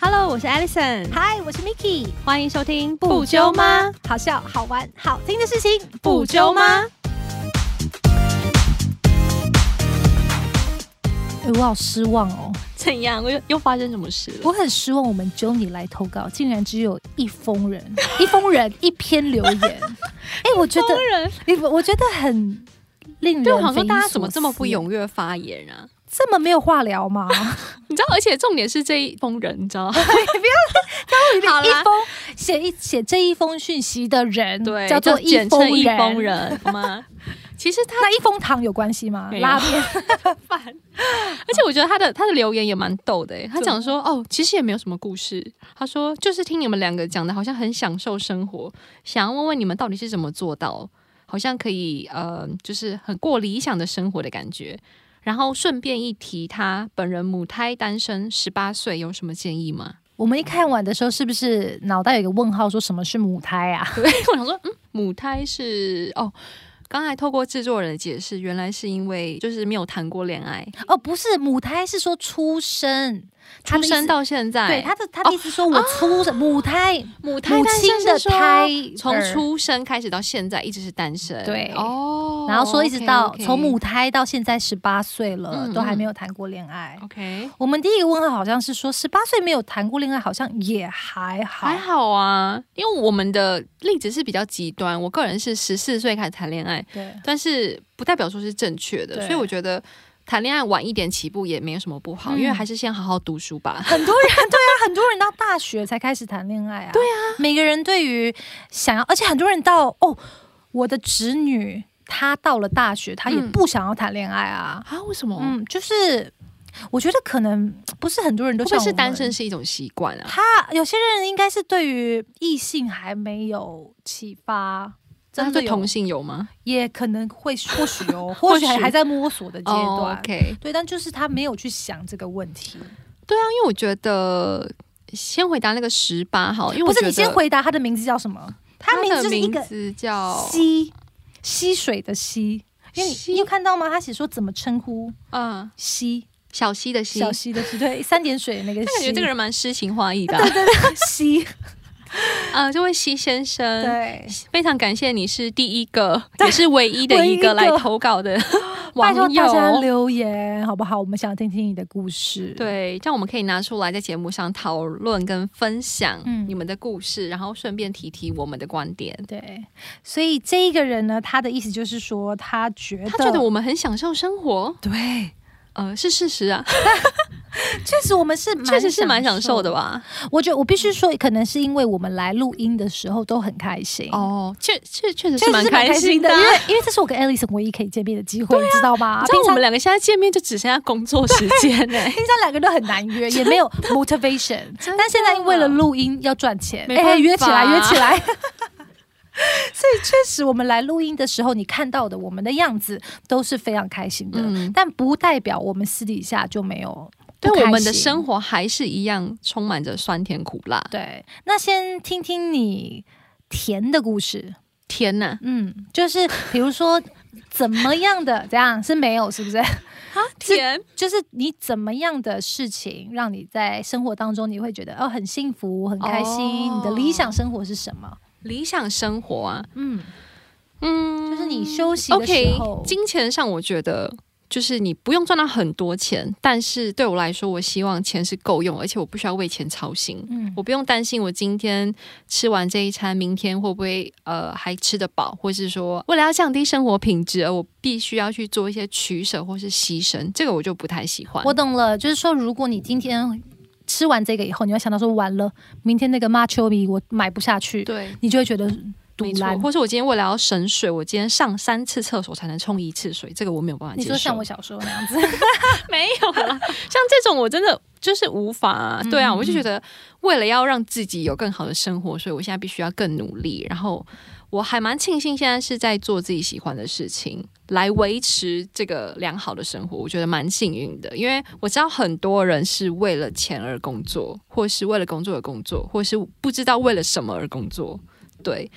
Hello，我是 Alison，嗨，我是 Miki，欢迎收听？？好笑、好玩、好听的事情，？？哎、我好失望哦，怎样？我又又发生什么事了？我很失望。我们 Johnny 来投稿，竟然只有一 封人，一封人一篇留言。哎、我觉得，人，你我觉得很令人对我想说匪夷大家怎么所这么思不，踊跃发言啊？这么没有话聊吗？你知道，而且重点是这一封人，你知道？不要， 好一啦，封写一写这一封讯息的人，对，叫做就简称一封封。人，好吗？其实他那一封糖有关系吗？没有拉面烦。 而且我觉得他的他的留言也蛮逗的诶，他讲说哦，其实也没有什么故事。他说就是听你们两个讲的，好像很享受生活，想要问问你们到底是怎么做到，好像可以呃，就是很过理想的生活的感觉。然后顺便一提他，本人母胎单身，十八岁，有什么建议吗？ 我们一看完的时候，是不是脑袋有一个问号，说什么是母胎啊？对，我想说，嗯，母胎是哦。刚才透过制作人的解释，原来是因为就是没有谈过恋爱，哦，不是，母胎是说出生，他出的意思生到哦现在，对他的他的意思说我出生、母胎，母胎母单身亲是的说胎从儿，出生开始到现在一直是单身，对哦，然后说一直到 OK，OK 从母胎到现在十八岁了，嗯都还嗯没有谈过恋爱。 ，OK，我们第一个问号好像是说十八岁没有谈过恋爱，好像也还好。还好啊，因为我们的例子是比较极端，我个人是十四岁开始谈恋爱，对，但是不代表说是正确的，对所以我觉得。谈恋爱晚一点起步也没有什么不好，嗯因为还是先好好读书吧。很多人对啊，很多人到大学才开始谈恋爱啊。对啊，每个人对于想要，而且很多人到哦，我的侄女她到了大学，她也嗯不想要谈恋爱 啊。啊，为什么？嗯，就是我觉得可能不是很多人都会不会像是我单们身。是一种习惯啊？他有些人应该是对于异性还没有启发，那他真的对有同性有吗？也可能会或许哦，或许还 或许还在摸索的阶哦段。 ，OK，对，但就是他没有去想这个问题。因为我觉得先回答那个十八号，因为我不是觉你先得回答他的名字叫什么？他名字的就是一名个字哦叫溪，溪水的溪。因为你溪你有看到吗？他写说怎么称呼嗯溪，小溪的溪，小溪的溪，对，三点水的那个他感溪觉。这个人蛮诗情画意的、对对对，溪，啊，这位西先生，对，非常感谢你是第一个，也是唯一的一个唯一来一个投稿的 拜托网大家友。留言好不好？我们想听听你的故事。，对，这样我们可以拿出来在节目上讨论跟分享嗯你们的故事，然后顺便提提我们的观点。对，所以这一个人呢，他的意思就是说，他觉得他觉得我们很享受生活，对，呃，是事实啊，确实我们是确实是蛮享受的的吧？我觉得我必须说，可能是因为我们来录音的时候都很开心。哦，确确确实确是实蛮是开心的啊。啊因为因为这是我跟 Alison 唯一可以见面的机会，你知道吗？你知道平我常们两个现在见面就只剩下工作时 间欸呢、平常两个都很难约，也没有 motivation。 真的但现在为了录音要赚钱，没办法哎约起来，约起 来。 所以确实，我们来录音的时候，你看到的我们的样子都是非常开心的，嗯但不代表我们私底下就没有对不开我们的心生活还是一样充满着酸甜苦辣。对。那先听听你甜的故事，天呐，嗯，就是比如说怎么样的，怎样是没有，是不是？甜就是你怎么样的事情，让你在生活当中你会觉得哦很幸福、很开心？哦你的理想生活是什么？理想生活啊，嗯，嗯，就是你休息的时 OK，候，金钱上我觉得。就是你不用赚到很多钱，但是对我来说，我希望钱是够用，而且我不需要为钱操心。嗯我不用担心我今天吃完这一餐，明天会不会呃还吃得饱，或是说为了要降低生活品质，而我必须要去做一些取舍或是牺牲，这个我就不太喜欢。我懂了，就是说，如果你今天吃完这个以后，你要想到说完了，明天那个马丘比我买不下去，对，你就会觉得堵没错，烂。或是我今天为了要省水，我今天上三次厕所才能冲一次水，这个我没有办法接你受。说像我小时候那样子，没有啦， 像这种我真的就是无法、嗯对啊，嗯我就觉得为了要让自己有更好的生活，所以我现在必须要更努力。然后我还蛮庆幸现在是在做自己喜欢的事情，来维持这个良好的生活，我觉得蛮幸运的。因为我知道很多人是为了钱而工作，或是为了工作而工作，或是不知道为了什么而工作。对，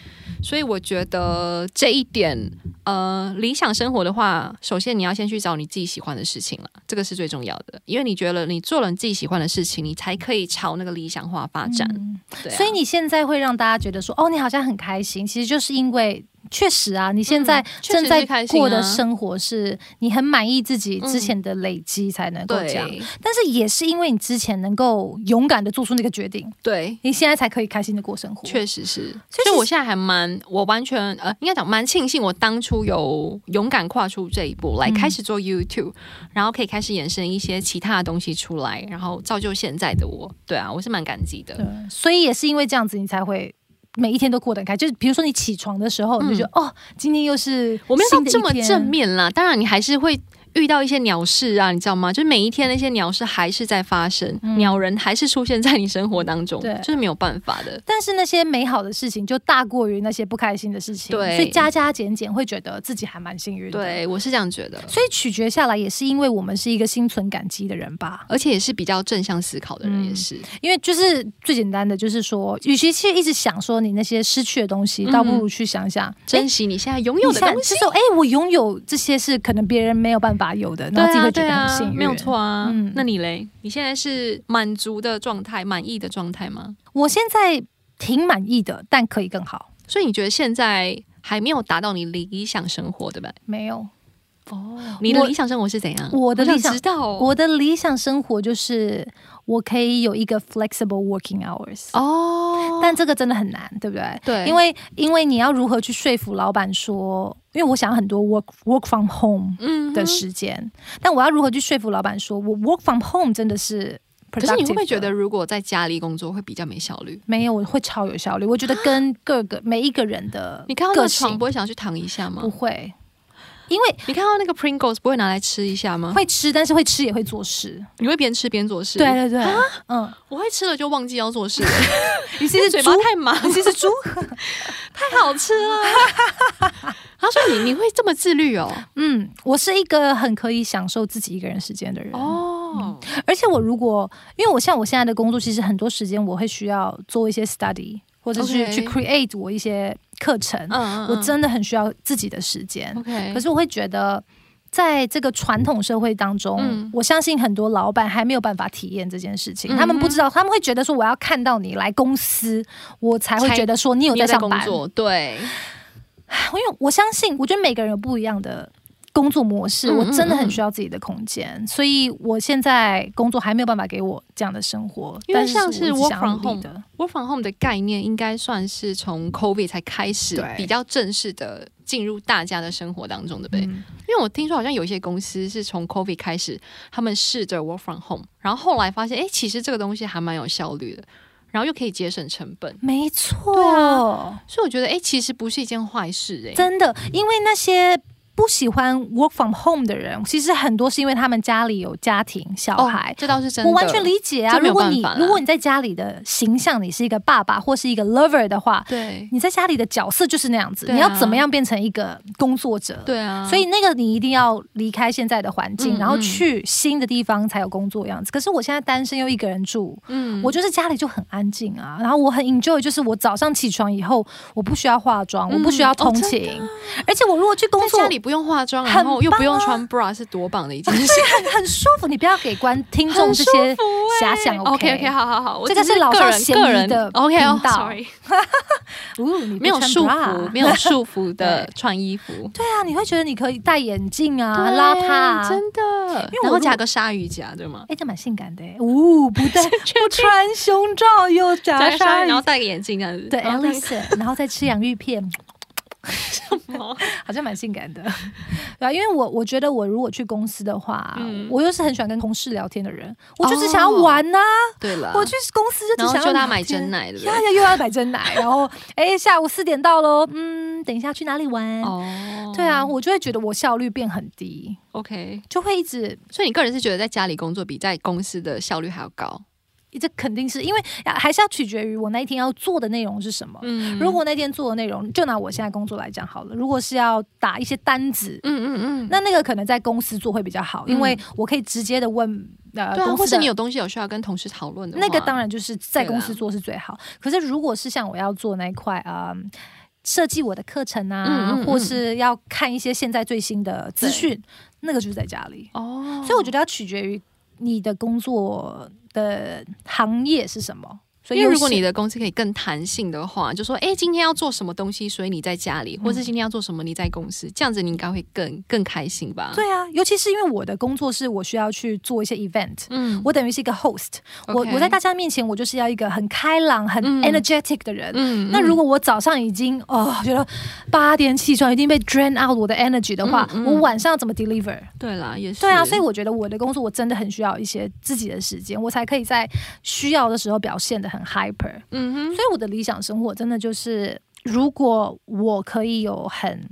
所以我觉得这一点，呃，理想生活的话，首先你要先去找你自己喜欢的事情了，这个是最重要的，因为你觉得你做了你自己喜欢的事情，你才可以朝那个理想化发展。嗯对啊、所以你现在会让大家觉得说，哦，你好像很开心，其实就是因为。确实啊，你现在嗯确实正是在开心过的啊生活是你很满意自己嗯之前的累积才能够这样，对但是也是因为你之前能够勇敢的做出那个决定，对，你现在才可以开心的过生活。确实是，所以所其以实我现在还蛮，我完全呃，应该讲蛮庆幸我当初有勇敢跨出这一步，来嗯开始做 YouTube，、然后可以开始衍生一些其他的东西出来，然后造就现在的我。对啊，我是蛮感激的。对，所以也是因为这样子，你才会每一天都过得很开心。就是比如说你起床的时候，你就觉得、哦，今天又是嗯我没有新到的一这么天正。面啦，当然你还是会。遇到一些鸟事啊，你知道吗？就是每一天那些鸟事还是在发生，嗯鸟人还是出现在你生活当中，对就是没有办法的。但是那些美好的事情就大过于那些不开心的事情，对所以加加减减会觉得自己还蛮幸运的。，对，我是这样觉得，所以取决下来也是因为我们是一个心存感激的人吧。而且也是比较正向思考的人，嗯也是。因为就是最简单的，就是说，与其去一直想说你那些失去的东西，嗯倒不如去想想珍惜你现在拥你有的想东西就。是哎、我拥有这些是可能别人没有办法有的，然对后自己啊，会觉对得啊，很幸运，没有错。啊。嗯那你嘞？你现在是满足的状态，满意的状态吗？我现在挺满意的，但可以更好。所以你觉得现在还没有达到你理想生活，对吧？没有，哦，你的嗯我理想生活是怎样？我的好想理想知道哦我的理想生活就是我可以有一个 flexible working hours，、哦，但这个真的很难，对不对？对，因为因为你要如何去说服老板说，因为我想很多 work work from home 嗯的哼。时间，但我要如何去说服老板说我 work from home 真的是可 productive 的？是你会不会觉得，如果在家里工作会比较没效率？没有？我会超有效率。我觉得跟各个每一个人的你看到那个个性床不会想要去躺一下吗不？会，因为你看到那个 Pringles 不会拿来吃一下吗？会吃，但是会吃也会做事。你会边吃边做事？对，对对，嗯，我会吃了就忘记要做 事，你其实嘴巴太 麻你其实猪，太好吃 了。他说你你会这么自律哦？嗯，我是一个很可以享受自己一个人时间的人。哦，而且我如果，因为我像我现在的工作，其实很多时间我会需要做一些 study，或者是 OK 去 create 我一些课程。嗯我真的很需要自己的时间。 OK，可是我会觉得，在这个传统社会当中，嗯我相信很多老板还没有办法体验这件事情，嗯哼他们不知道，他们会觉得说我要看到你来公司，我才会才觉得说你有你在有在上工班。作，对，因为 我相信，我觉得每个人有不一样的。工作模式，嗯嗯我真的很嗯需要自己的空间，所以我现在工作还没有办法给我这样的生活。因为但像是是我一直 work 想要 from 努力的， work from home 的概念应该算是从 COVID 才开始对比较正式的进入大家的生活当中，对不对？嗯因为我听说好像有一些公司是从 COVID 开始，他们试着 work from home，然后后来发现，哎，其实这个东西还蛮有效率的，然后又可以节省成本，没错，对啊所以我觉得，哎，其实不是一件坏事，哎，真的，因为那些不喜欢 work from home 的人，其实很多是因为他们家里有家庭小哦孩。，这倒是真的，我完全理解啊！这没如有果你办法啦如果你在家里的形象，你是一个爸爸或是一个 lover 的话，对你在家里的角色就是那样子。对啊你要怎么样变成一个工作者？对啊，所以那个你一定要离开现在的环境，嗯然后嗯去新的地方才有工作样子。可是我现在单身又一个人住，嗯我就是家里就很安静啊，然后我很 enjoy，就是我早上起床以后，我不需要化妆，我嗯不需要通勤，而且我如果去工啊在作，家里不用化妆，很然后又棒啊不用穿 bra 是多棒的一件事，很很舒服。你不要给观 听 众很这舒些服欸遐想 OK OK，好好好，我这个只是老个少人咸个宜人的 OK 频哦道，sorry，哦，你不没有穿束 bra 啊缚，没有束缚的穿衣服，对啊，你会觉得你可以戴眼镜啊，对邋遢、啊，真的，因为然我后如果加个鲨鱼夹，对吗？哎，这蛮性感的欸哦，不 对，不穿胸罩又加夹个鲨鲨鱼，鱼然，后戴个眼镜这样子，对然后哦戴个 Alice，然后再吃洋芋片，什么好像蛮性感的，对啊，因为我我觉得我如果去公司的话，嗯我又是很喜欢跟同事聊天的人，我就只想要玩呐、 对了，我去公司就然只后想叫要他聊买天真。奶，对不呀对？呀，又要买真奶，然后哎，下午四点到喽，嗯，等一下去哪里玩？哦对啊，我就会觉得我效率变很低， ，OK，就会一直所以你个人是觉得在家里工作比在公司的效率还要高？这肯定是因为啊还是要取决于我那一天要做的内容是什么。嗯如果那天做的内容，就拿我现在工作来讲好了，如果是要打一些单子，嗯嗯嗯，那那个可能在公司做会比较好，因为我可以直接的问呃嗯对啊，公或司是的你有东西有需要跟同事讨论的话，那个当然就是在公司对啦啊做是最好。可是如果是像我要做那一块啊。嗯设计我的课程啊，嗯嗯嗯或是要看一些现在最新的资讯，那个就是在家里。哦，所以我觉得要取决于你的工作的行业是什么。所以因为如果有些你的公司可以更弹性的话，就说，哎，今天要做什么东西，所以你在家里，或是今天要做什么，你在公司，这样子你应该会更更开心吧？，对啊，尤其是因为我的工作是我需要去做一些 event，、嗯，我等于是一个 host，我 OK 我在大家面前我就是要一个很开朗、很嗯 energetic 的人。嗯，嗯那如果我早上已经哦觉得八点起床已经被 drain out 我的 energy 的话，嗯嗯我晚上要怎么 deliver？对啦，也是，对啊，所以我觉得我的工作我真的很需要一些自己的时间，我才可以在需要的时候表现的很 hyper。嗯哼，所以我的理想生活真的就是，如果我可以有很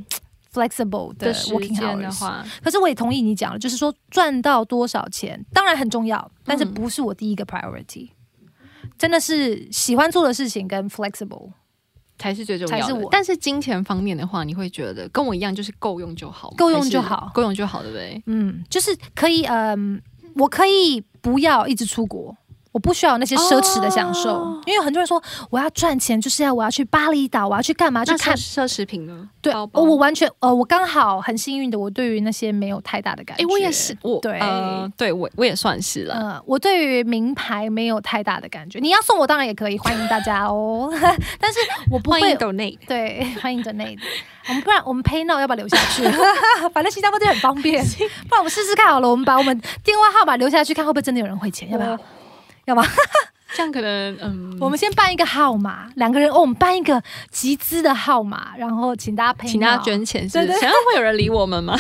flexible 的的时 working 间的 hours，话，可是我也同意你讲了，就是说赚到多少钱当然很重要，但是嗯不是我第一个 priority。真的是喜欢做的事情跟 flexible，才是最重要才的。是我但是金钱方面的话，你会觉得跟我一样，就是够用就好吗，够用还是就好够用就好，对不对？嗯，就是可以，嗯，我可以不要一直出国。我不需要那些奢侈的享受，哦因为很多人说我要赚钱，就是要我要去巴厘岛，我要去干嘛去那看奢啊奢侈品呢？对，包哦，包我完全呃，我刚好很幸运的，我对于那些没有太大的感哎、觉。我也是，，我对呃、对嗯我我也算是了。呃，我对于名牌没有太大的感觉。你要送我当然也可以，欢迎大 家哦。但是我不欢会迎 donate，对欢迎 donate。我们不然我们 pay now 要不要留下 去？反正新加坡这边很方便，不然我们试试看好了。我们把我们电话号码留下去，看会不会真的有人汇钱，要不要我？要吧，这样可能嗯，我们先办一个号码，两个人哦，我们办一个集资的号码，然后请大家 pay，请大家 now 捐钱，是不对是？对想要会有人理我们吗？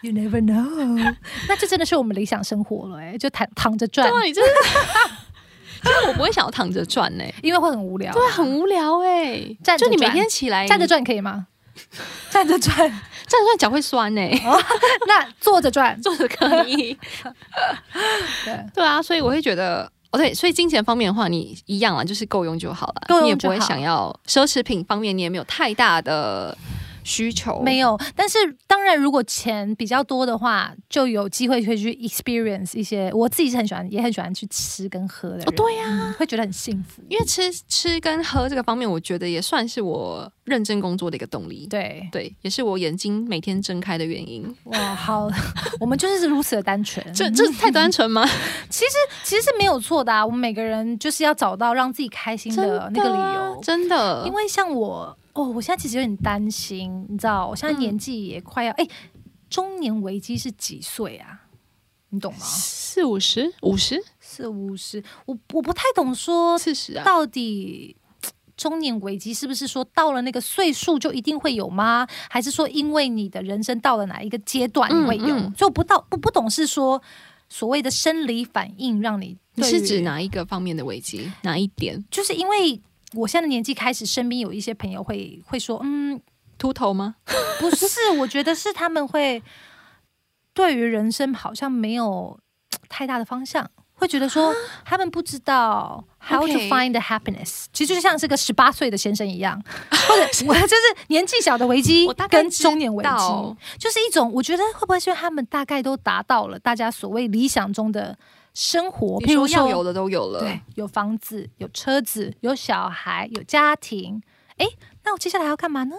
You never know，那这真的是我们理想生活了哎、就躺躺着 赚对，啊，你真的。 其实我不会想要躺着赚欸呢、因为会很无聊。对啊，很无聊哎、站着就你每赚天起来站着赚可 以吗？站着赚，站着赚脚会酸呢、欸 那坐着 赚，做的 可以。对，对啊，所以我会觉得，哦对，所以金钱方面的话，你一样啊，就是够用就好了，够用你也不会就好想要奢侈品方面，你也没有太大的需求。没有。但是当然，如果钱比较多的话，就有机会可以去 experience 一些。我自己是很喜欢，也很喜欢去吃跟喝的人，哦，对呀、嗯会觉得很幸福。因为吃吃跟喝这个方面，我觉得也算是我认真工作的一个动力。对，对，也是我眼睛每天睁开的原因。哇，好， 我们就是如此的单纯。嗯这这太单纯 吗？其实是没有错的啊。我们每个人就是要找到让自己开心的那个理由。 真的，因为为像我哦，我现在其实有点担心，你知道，我现嗯在年纪也快要哎、中年危机是几岁啊？你懂吗？四五十、五十、四五十，我我不太懂说四十啊，到底。中年危机是不是说到了那个岁数就一定会有吗？还是说因为你的人生到了哪一个阶段嗯你会有？嗯所以我不到不不懂是说所谓的生理反应让你你对是于指哪一个方面的危机？哪一点？就是因为我现在的年纪开始，身边有一些朋友会会说，嗯，秃头吗？不是，我觉得是他们会对于人生好像没有太大的方向，会觉得说他们不知道 how 啊 to OK find the happiness。其实就像是个十八岁的先生一 样，或者我就是年纪小的危机我大概跟知中年危道机，就是一种我觉得会不会是因为他们大概都达到了大家所谓理想中的生活，你譬如说要说有的都有了对。，有房子，有车子，有小孩，有家庭。诶，那我接下来要干嘛呢？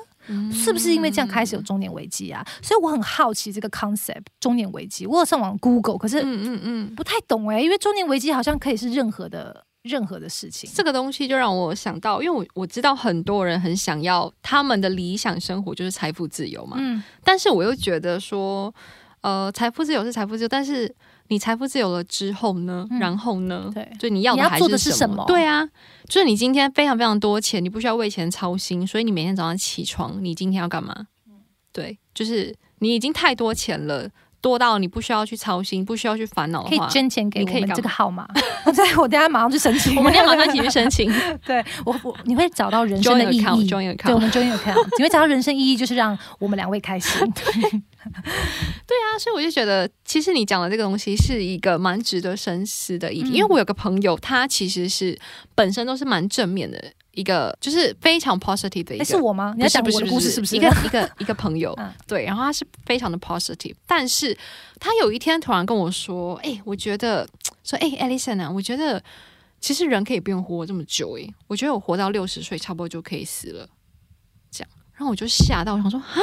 是不是因为这样开嗯始有中年危机啊？所以我很好奇这个 concept 中年危机。我有上网 Google，可是嗯嗯嗯，不太懂诶，因为中年危机好像可以是任何的任何的事情。这个东西就让我想到，因为我我知道很多人很想要他们的理想生活就是财富自由嘛，嗯，但是我又觉得说，呃，财富自由是财富自由，但是你财富自由了之后呢？嗯然后呢？对就你要你的要还做的是是什什么？么对啊，就是你今天非常非常多钱，你不需要为钱操心，所以你每天早上起床，你今天要干嘛？嗯对，就是你已经太多钱了，多到你不需要去操心，不需要去烦恼可的以话，捐钱给哦你我可以们干这个嘛号码。 对，我等一下马上去申请。我们要马上一起去申请 对我我你会找到人生 join 的意义。 account，join 对，account。 我们 join account，你会找到人生意义，就是让我们两位开心。对啊，所以我就觉得，其实你讲的这个东西是一个蛮值得深思的议题，嗯因为我有个朋友，他其实是本身都是蛮正面的一个，就是非常 positive 的一哎，个。是我吗？你要讲不我的故事是不是？，一个一个一个朋友 嗯对，然后他是非常的 positive，但是他有一天突然跟我说：“哎、我觉得说，哎、a l i s o n 啊，我觉得其实人可以不用活这么久、诶，我觉得我活到六十岁差不多就可以死了。”这样，然后我就吓到，我想说：“啊，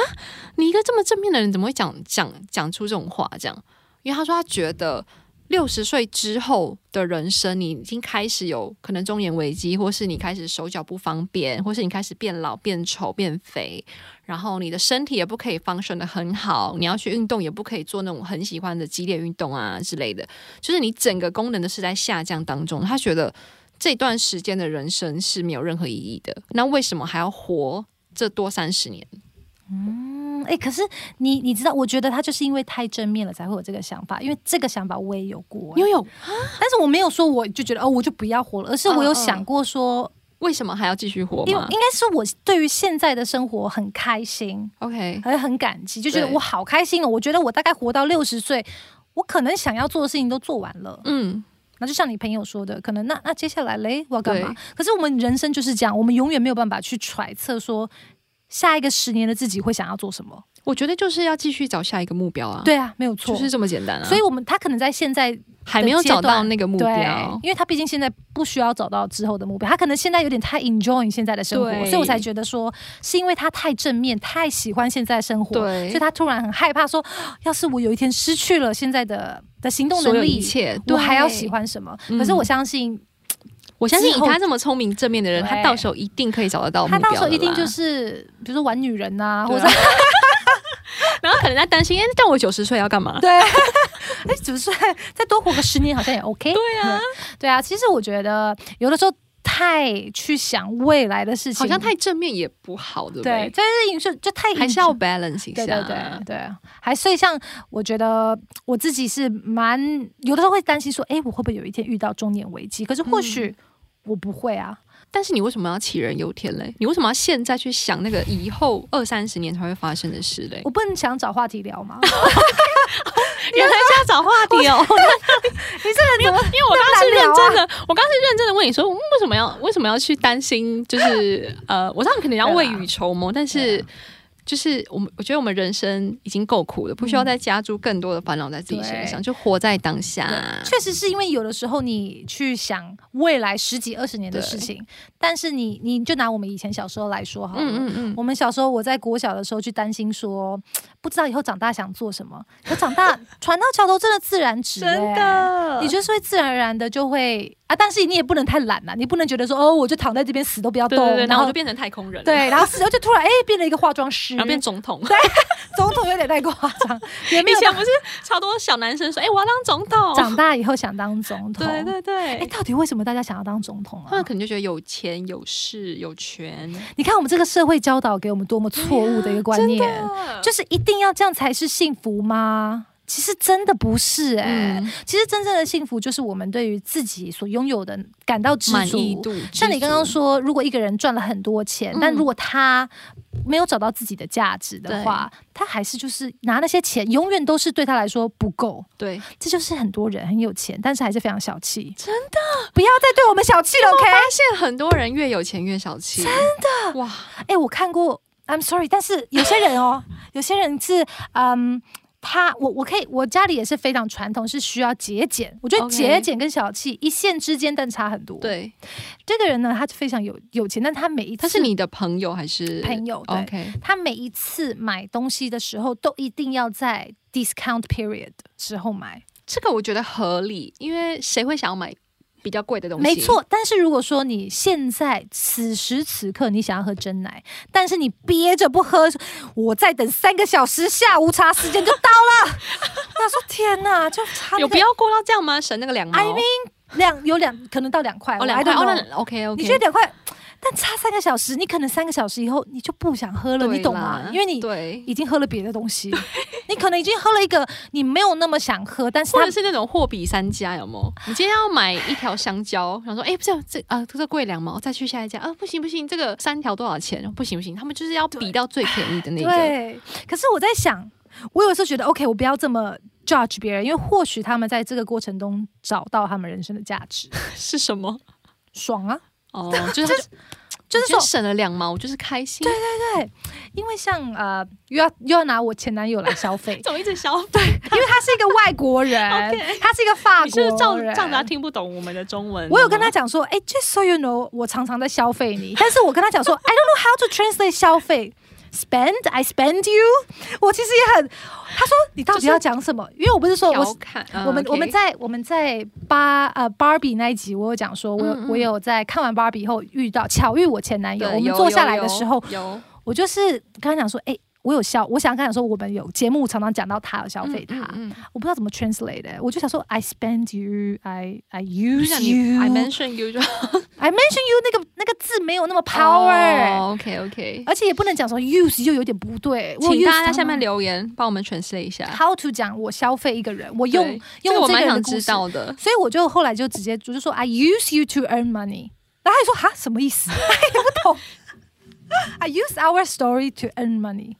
你一个这么正面的人，怎么会讲讲讲出这种话？”这样，因为他说他觉得。六十岁之后的人生，你已经开始有可能中年危机，或是你开始手脚不方便，或是你开始变老、变丑、变肥，然后你的身体也不可以 function 的很好，你要去运动也不可以做那种很喜欢的激烈运动啊之类的，就是你整个功能都是在下降当中。他觉得这段时间的人生是没有任何意义的，那为什么还要活这多三十年？嗯，哎、可是你你知道，我觉得他就是因为太正面了才会有这个想法，因为这个想法我也有过、因为有但是我没有说我就觉得哦，我就不要活了，而是我嗯有嗯想过说，为什么还要继续活因为吗应该是我对于现在的生活很开心， ？OK，而很感激，就觉得对我好开心哦。我觉得我大概活到六十岁，我可能想要做的事情都做完了。嗯，那就像你朋友说的，可能那那接下来嘞，我要干嘛对？可是我们人生就是这样，我们永远没有办法去揣测说下一个十年的自己会想要做什么。我觉得就是要继续找下一个目标啊，，对啊，没有错。就是这么简单啊。所以，我们他可能在现在还没有找阶段到那个目标对，。因为他毕竟现在不需要找到之后的目标，他可能现在有点太 enjoy 现在的生活，对所以我才觉得说，是因为他太正面，太喜欢现在的生活，对所以他突然很害怕说，要是我有一天失去了现在的的行动所有能一力，切，我对还要喜。欢什么？嗯可是我相信我相信以之后他这么聪明正面的人，对他到时候一定可以找得到目他标的到啦时候一定就，是，比如说玩女人呐、或对啊者然后可能在担心，哎，但我九十岁要干嘛？对， 哎，只是再多活个十年好像也 OK。对啊， 对啊，其实我觉得有的时候太去想未来的事情，好像太正面也不好，对不对，对？这是影视就太还影是视要 balance 一下。对对对对，还所以像我觉得我自己是蛮有的时候会担心说，哎，我会不会有一天遇到中年危机？可是或嗯许我不会啊，但是你为什么要杞人忧天嘞？你为什么要现在去想那个以后二三十年才会发生的事嘞？我不能想找话题 聊嘛。原来是要找话题 哦。你这个人怎么因为我刚刚是认真那的，我刚刚是认真的问你说，嗯为什么要为什么要去担心？就是 呃，我知道你可能要未雨绸缪，但是就是我们我觉得我们人生已经够苦了，不需要再加诸更多的烦恼在自己身上，就活在当下。确实是因为有的时候你去想未来十几二十年的对事情，但是你你就拿我们以前小时候来说好了。嗯嗯嗯，我们小时候，我在国小的时候去担心说，不知道以后长大想做什么。可长大 船到桥头真的自然直、欸，的你就是会自然而然的就会啊，但是你也不能太懒了、你不能觉得说哦，我就躺在这边死都不要对动，对对，然然后后我就变成太空人了，对，然后死后就突然哎、变了一个化妆师，然后变总统。总统有点太夸张，也 没以有前不是超多小男生说，哎，我要当总统。长大以后想当总统，对对哎、对。到底为什么大家想要当总统他啊们？可能就觉得有钱、有势、有权，你看我们这个社会教导给我们多么错误的一个观念，哎就就是一定要这样才是幸福吗？其实真的不是哎、嗯其实真正的幸福就是我们对于自己所拥有的感到知满足，意度。像你刚刚知足说，如果一个人赚了很多钱，嗯但如果他没有找到自己的价值的话，他还是就是拿那些钱，永远都是对他来说不够。对，这就是很多人很有钱，但是还是非常小气。真的，不要再对我们小气 了，OK？发现很多人越有钱越小气，真的哇！哎、我看过，I'm sorry，但是有些人哦， 有些人是嗯。他我我可以，我家里也是非常传统，是需要节俭。我觉得 OK 节俭跟小气一线之间，但差很多。，对，这个人呢，他非常有有钱，但他每一次他是你的朋友还是朋友对？OK，他每一次买东西的时候，都一定要在 discount period 时候买。这个我觉得合理，因为谁会想要买比较贵的东西？没，错，但是如果说你现在此时此刻你想要喝真奶，但是你憋着不喝，我再等三个小时，下午茶时间就到 了。他说：“天哪，就差那有个必要过到这样吗？省那个两毛 I 两有两，可能到两块，哦，我两 I 块 don't 哦， know 那 OK 你觉 OK，得两块，但差三个小时，你可能三个小时以后你就不想喝了，你懂吗？因为你对，已经喝了别的东西， 你可能已经喝了一个你没有那么想喝，但是或它者是那种货比三家，有没 有？你今天要买一条香蕉，想说，哎、不是这啊、这个贵两毛，再去下一家啊，不行不行，哦这个三条多少钱？不行不行，他们就是要比到最便宜的那个。对，可是我在想，我有时候觉得 OK，我不要这么 judge 别人，因为或许他们在这个过程中找到他们人生的价值， 是什 么？爽啊！哦，就是他就是我觉得说，省了两毛，我就是开心。对，因为像呃，又要又要拿我前男友来 ，消费总一直消费。因为他是一个外国人 OK 他是一个法你是不是国照人。照拿听不懂我们的中文？我有跟他讲说，哎、j u s t so you know，我常常在消费你，但是我跟他讲说，I don't know how to translate 消费。Spend, I spend you。我其实也很，他说你到底要讲什么？因为我不是说我调侃，嗯我们 OK 我们在我们在芭呃 Barbie 那一集，我有讲说，我有嗯嗯我有在看完 Barbie 以后遇到巧遇我前男友，对我们有坐下有来有的时候，有我就是跟他讲说，哎、我有消，我想跟他讲说，我们有节目常常讲到他有消费他，嗯嗯嗯我不知道怎么 translate 的，我就想说 I spend you, I I 就 use 像啊你 you, I mention you 就 I mention you 那个那个字没有那么 power，、 OK OK，而且也不能讲说 use 又有点不对，我有请 use 大家他在下吗面留言帮我们诠释一下。 how to 讲我消费一个人，我用对这用个我这个蛮人的想故知事。道的。所以我就后来就直接我就说 I use you to earn money，然后他就说哈什么意思？ 他也不懂。I use our story to earn money，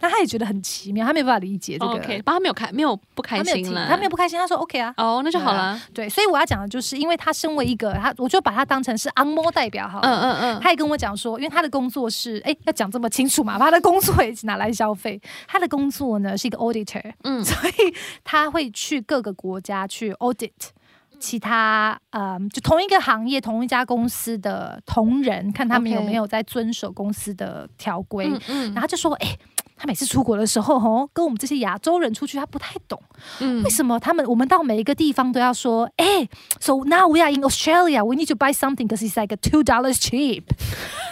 那他也觉得很奇妙，他没有办法理解这个。哦 OK，但他没有开，没有不开他没有心听，啦，他没有不开心，他说 OK 啊。哦，那就好啦。对，所以我要讲的就是，因为他身为一个他，我就把他当成是按摩代表好嗯了。嗯嗯，他也跟我讲说，因为他的工作是，哎，要讲这么清楚嘛？把他的工作也是拿来消费。他的工作呢是一个 auditor，嗯所以他会去各个国家去 audit 其他，嗯，就同一个行业、同一家公司的同仁，看他们 OK 有没有在遵守公司的条规。嗯嗯，然后他就说，哎、他每次出国的时候，吼，跟我们这些亚洲人出去，他不太懂嗯为什么他们我们到每一个地方都要说，哎、s o now we are in Australia, we need to buy something because it's like a two dollars cheap 。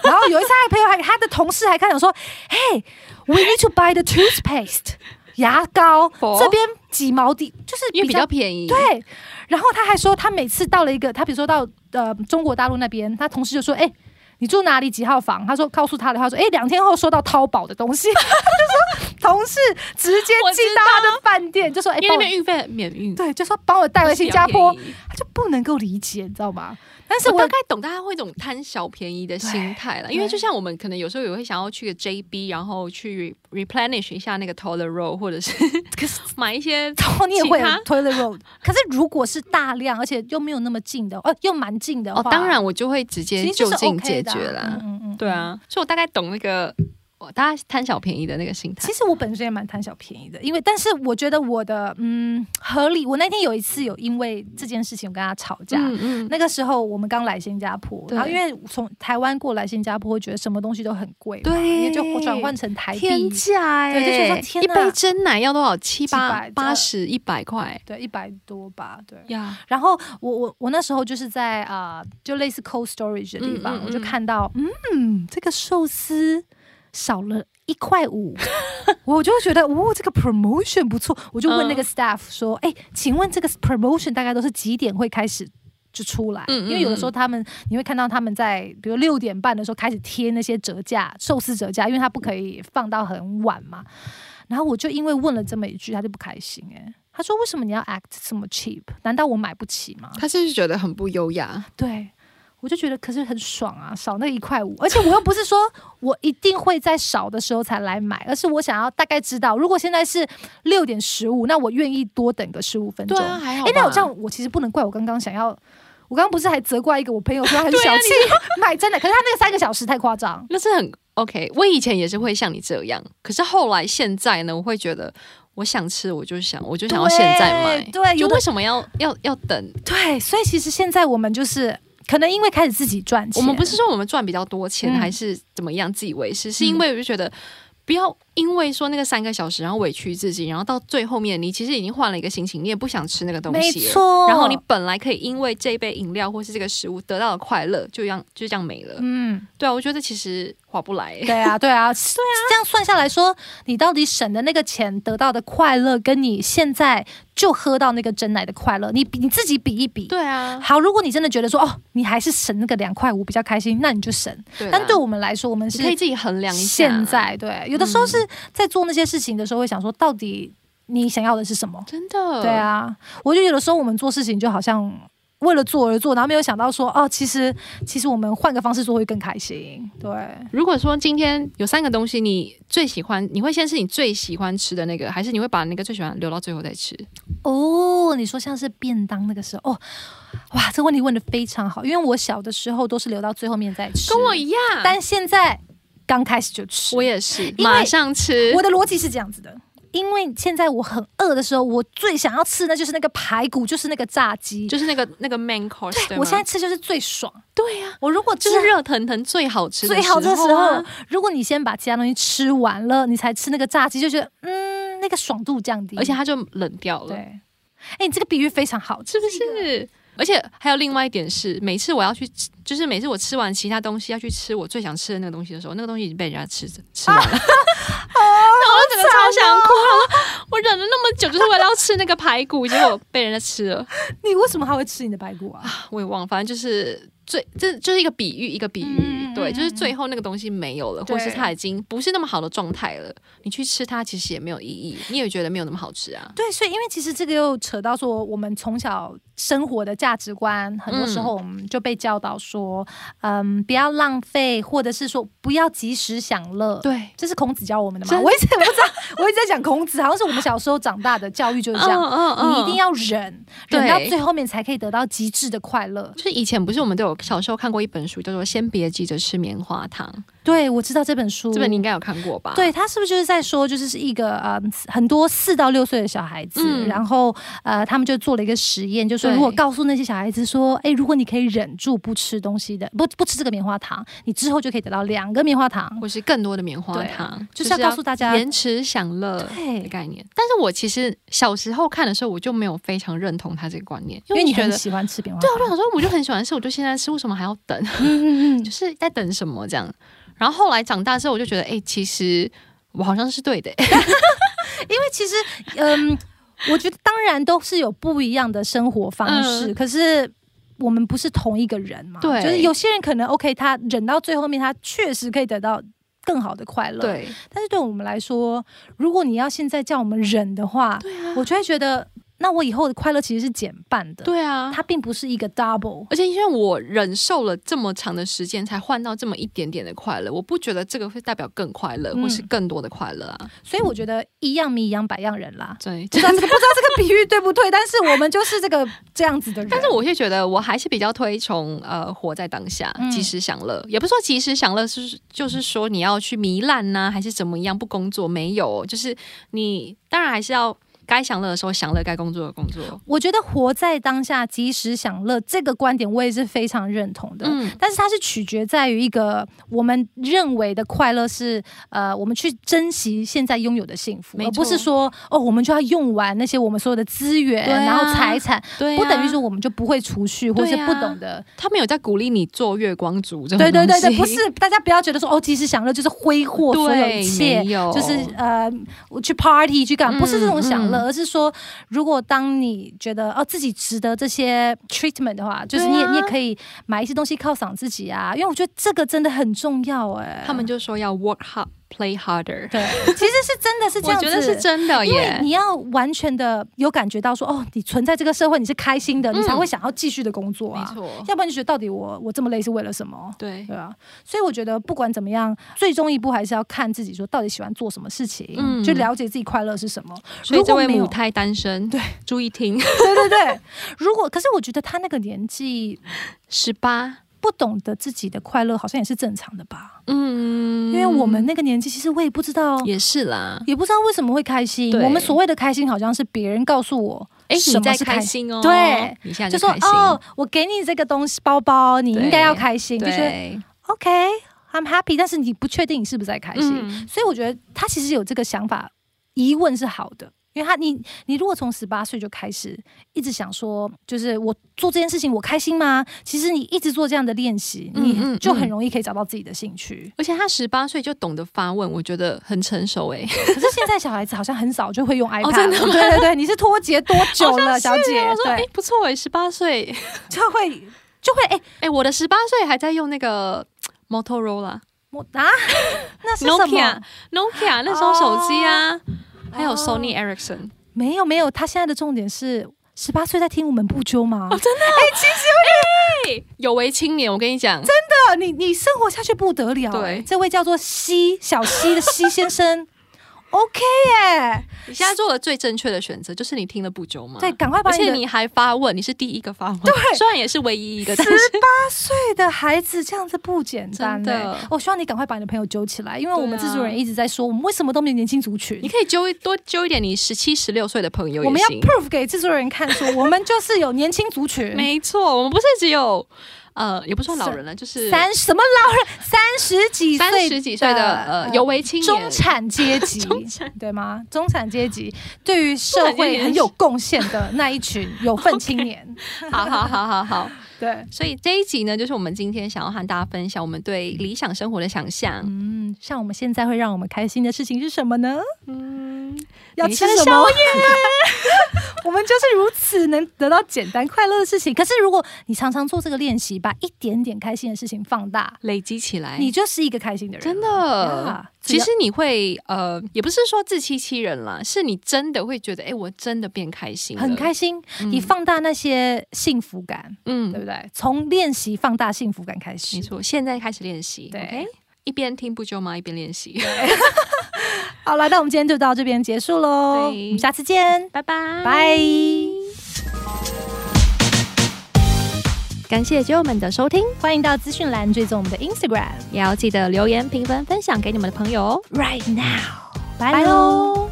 然后有一次他的朋友还他的同事还看我说，嘿、w e need to buy the toothpaste 牙膏 For？这边几毛的，就是因为比较便宜，对。然后他还说，他每次到了一个，他比如说到呃中国大陆那边，他同事就说，哎、你住哪里几号房？他说告诉他的话说，哎、两天后收到淘宝的东西，他就说同事直接我知寄到他的饭店，就说哎、因为帮那我边运费免 运，对，就说帮我带回新加坡不，是比较便宜。他就不能够理解，你知道吗？ 但是我我大概懂大家会一种贪小便宜的心态了，对因为就像我们可能有时候也会想要去个 JB，然后去 re- replenish 一下那个 toilet roll，或者 是哦可是买一些然后你也会有其他 toilet roll，可是如果是大量，而且又没有那么近的，哦，又蛮近的哦话，，当然我就会直其接实就是近 OK 解的啊决啦。嗯嗯嗯，对啊，所以我大概懂那个我大家贪小便宜的那个心态其。实我本身也蛮贪小便宜的，因为但是我觉得我的嗯合理。我那天有一次有因为这件事情我跟他吵架。嗯嗯，那个时候我们刚来新加坡，对然后因为从台湾过来新加坡，会觉得什么东西都很贵嘛，对因为就转换成台天币，价哎、对就觉得说天一哪杯真奶要多少？七八700八十一百块对，一百多吧，对。呀。然后我我我那时候就是在啊、呃就类似 cold storage 的地方，嗯嗯嗯我就看到，嗯，这个寿司少了一块 五，我就觉得，哦，这个 promotion 不错，我就问那嗯个 staff 说，哎、请问这个 promotion 大概都是几点会开始？就出来，嗯嗯因为有的时候他们你会看到他们在，比如六点半的时候开始贴那些折价寿司折价，因为他不可以放到很晚嘛。然后我就因为问了这么一句，他就不开心哎、他说：“为什么你要 act 这么 cheap？难道我买不起吗他是不是觉得很不优雅？？”对，我就觉得可是很爽啊，少那一块五，而且我又不是说我一定会在少的时候才来买，而是我想要大概知道，如果现在是六点十五，那我愿意多等个十五分钟。对啊，还好吧。诶那我这样，我其实不能怪我刚刚想要，我刚刚不是还责怪一个我朋友说他很对啊小气、 买真的，可是他那个三个小时太夸张。那是很 OK。我以前也是会像你这样，可是后来现在呢，我会觉得我想吃，我就想，我就想要现在买。对，对就有的为什么要要要等？对，所以其实现在我们就是可能因为开始自己赚钱，我们不是说我们赚比较多钱，嗯还是怎么样自以为是，是因为我就觉得。不要因为说那个三个小时，然后委屈自己，然后到最后面你其实已经换了一个心情，你也不想吃那个东没西了，错，然后你本来可以因为这一杯饮料或是这个食物得到的快乐，就这样就这样没了。嗯，对啊，我觉得其实划不来、欸。对啊，对啊，对啊，这样算下来说，你到底省的那个钱得到的快乐，跟你现在就喝到那个真奶的快乐，你比你自己比一比。对啊，好，如果你真的觉得说哦，你还是省那个两块五比较开心，那你就省。对啦但对我们来说，我们你可以是自己衡量一下。现在对，有的时候是在做那些事情的时候，会想说到底你想要的是什么？真的，啊对，啊，我就有的时候我们做事情就好像为了做而做，然后没有想到说哦，其实其实我们换个方式做会更开心。对，如果说今天有三个东西你最喜欢，你会先是你最喜欢吃的那个，还是你会把那个最喜欢留到最后再吃？哦，你说像是便当那个时候，哦，哇，这问题问的非常好，因为我小的时候都是留到最后面再吃，跟我一样，但现在刚开始就吃。我也是，为马上吃我。的逻辑是这样子的。因为现在我很饿的时候，我最想要吃的就是那个排骨，就是那个炸鸡。就是那个那个 main course，对吗我现在吃就是最爽。对呀、我如果就就是热腾腾最好吃的最好的时啊候，如果你先把其他东西吃完了，你才吃那个炸鸡，就觉得嗯，那个爽度降低。而且它就冷掉了对，，哎、你这个比喻非常好，是不是？而且还有另外一点是，每次我要去吃，就是每次我吃完其他东西要去吃我最想吃的那个东西的时候，那个东西已经被人家吃吃 啊完了。然哦后我整个超想哭，我说我忍了那么久，就是为了要吃那个排骨，结果被人家吃了。你为什么还会吃你的排骨啊？我也忘了，反正就是最这就是一个比喻，一个比喻，嗯嗯嗯对，嗯就是最后那个东西没有了，对或是它已经不是那么好的状态了，你去吃它其实也没有意义，你也觉得没有那么好吃啊。对，所以因为其实这个又扯到说，我们从小生活的价值观，很多时嗯候我们就被教导说，嗯，不要浪费，或者是说不要及时享乐。，对，这是孔子教我们的真嘛？的我一直我不知道，我一直在讲孔子，好像是我们小时候长大的教育就是这样，嗯你一定。要忍，对忍到最后面才可以得到极致的快乐。就是以前不是我们都有小时候看过一本书，叫做《先别急着吃棉花糖》，对，我知道这本啊书，这本你应该有看过吧？对他是不是就是在说，就是是一个呃很多四到六岁的小孩子，嗯然后呃他们就做了一个实验，就说对如果告诉那些小孩子说，哎，如果你可以忍住不吃东西的，不不吃这个棉花糖，你之后就可以得到两个棉花糖。或是更多的棉花对糖，就是要告诉大家延迟享乐对的概念。但是我其实小时候看的时候，我就没有非常认同他这个观念，因为你我觉很得喜欢吃棉花对糖啊，我，就想说，我就很喜欢吃，我就现在吃，为什么还要等？嗯嗯 就嗯，是在等什么这样。然后后来长大之后，我就觉得，哎、其实我好像是对的、欸因为其实嗯，我觉得当然都是有不一样的生活方式，嗯可是。我们不是同一个人嘛？对就是有些人可能 OK，他忍到最后面，他确实可以得到更好的快乐。，对但是对我们来说，如果你要现在叫我们忍的话，对啊我就会觉得，那我以后的快乐其实是减半的，、 对啊。它并不是一个 double。而且因为我忍受了这么长的时间，才换到这么一点点的快乐，我不觉得这个会代表更快乐，嗯或是更多的快乐啊。所以我觉得一样米养百样人 啦。对，不知道这个不知道这个比喻对不对，但是我们就是这个这样子的人。但是我会觉得我还是比较推崇呃活在当下嗯，及时享乐。也不是说及时享乐是就是说你要去糜烂呐、还是怎么样不工作？没有，哦就是你当然还是要该享乐的时候享乐，该工作的工作。我觉得活在当下，及时享乐这个观点，我也是非常认同的。嗯，但是它是取决在于一个我们认为的快乐是，呃，我们去珍惜现在拥有的幸福，没而不是错说哦，我们就要用完那些我们所有的资源，对啊然后财产，对啊、不等于说我们就不会储蓄，或是对啊不懂得。他们有在鼓励你做月光族这种对啊对对东对，西 不是大家不要觉得说哦，及时享乐就是挥霍所有对一切没。有哦就是呃，我去 party 去干嗯嘛，不是这种享乐，嗯而是说，如果当你觉得哦自己值得这些 treatment 的话，就是对你也、啊你也可以买一些东西犒赏自己啊，因为我觉得这个真的很重要哎、他们就说要 work hard, play harder。对，其实是真的是这我样子，觉得是真的因为耶，你要完全的有感觉到说哦，你存在这个社会你是开心的，你才嗯会想要继续的工作没啊，错，要不然就觉得到底我我这么累是为了什么？对，对啊，所以我觉得不管怎么样，最终一步还是要看自己说到底喜欢做什么事情，嗯就了解自己快乐是什么。所以这位如果没有母胎单身，对，注意 听，对对对，如果可是我觉得他那个年纪十八，不懂得自己的快乐，好像也是正常的吧？嗯，因为我们那个年纪，其实我也不知道。也是啦，也不知道为什么会开心。对我们所谓的开心，好像是别人告诉我，哎，什你么在是开开心哦，对，你现在就说开心，哦，我给你这个东西包包，你对应该要开心，就觉得对， OK，I'm happy，但是你不确定你是不是在开心。嗯所以我觉得他其实有这个想法，疑问是好的，因为他你你如果从十八岁就开始一直想说，就是我做这件事情我开心吗？其实你一直做这样的练习，嗯嗯你嗯就很容易可以找到自己的兴趣。而且他十八岁就懂得发问，我觉得很成熟哎，可是现在小孩子好像很少就会用 iPad，、哦真的吗对对对，你是脱节多久 了，小姐？我说哎对，，不错哎，十八岁，就会就会哎。哎，我的十八岁还在用那个 Motorola。我啊， 那是什么 Nokia？Nokia 哦那时候手机啊，还有 Sony Ericsson，没有没有，他现在的重点是十八岁在听我们不 纠哦吗？真哎对，有为青年，我跟你讲，的，你你生活下去不得了。欸对这位叫做西小西的西 先生，OK 耶，你现在做了最正确的选择，就是你听了不久嘛。对，赶快把而你且的你还发问，你是第一个发问，对虽然也是唯一一个，但是对的孩子这样子不简单真欸的耶我希望你赶快把你的朋友揪起来，因为我对们啊制作人一直在说，我们为什么都没有年轻族群你。可以揪一多揪一点你十七、十六岁的朋友也行。我们要 prove 给制作人看，说我们就是有年轻族 群，没错，我们不是只有呃，也不算老人了，就是三什么老人三十几岁、三十几岁的呃有为青年，中产阶级， 中产对吗？中产阶级对于社中产阶会级很有贡献的那一群有份青年， 好好好好好。对，所以这一集呢，就是我们今天想要和大家分享我们对理想生活的想象。嗯，像我们现在会让我们开心的事情是什么呢？嗯，要等一吃下的什么？ 我们就是如此能得到简单快乐的事情。可是如果你常常做这个练习，把一点点开心的事情放大，累积起来，你就是一个开心的人。哎真的。呀其实你会呃，也不是说自欺欺人啦，是你真的会觉得，哎、我真的变开心了，很开心，嗯你放大那些幸福感，对嗯，不对？从练习放大幸福感开始没。错，现在开始练习，对 OK？一边听不揪妈，一边练习，好了，那我们今天就到这边结束喽，我对们下次见，拜拜，拜。感谢酒友们的收听，欢迎到资讯栏追踪我们的 Instagram 也要记得留言、评分、分享给你们的朋友哦。 right now，拜拜喽。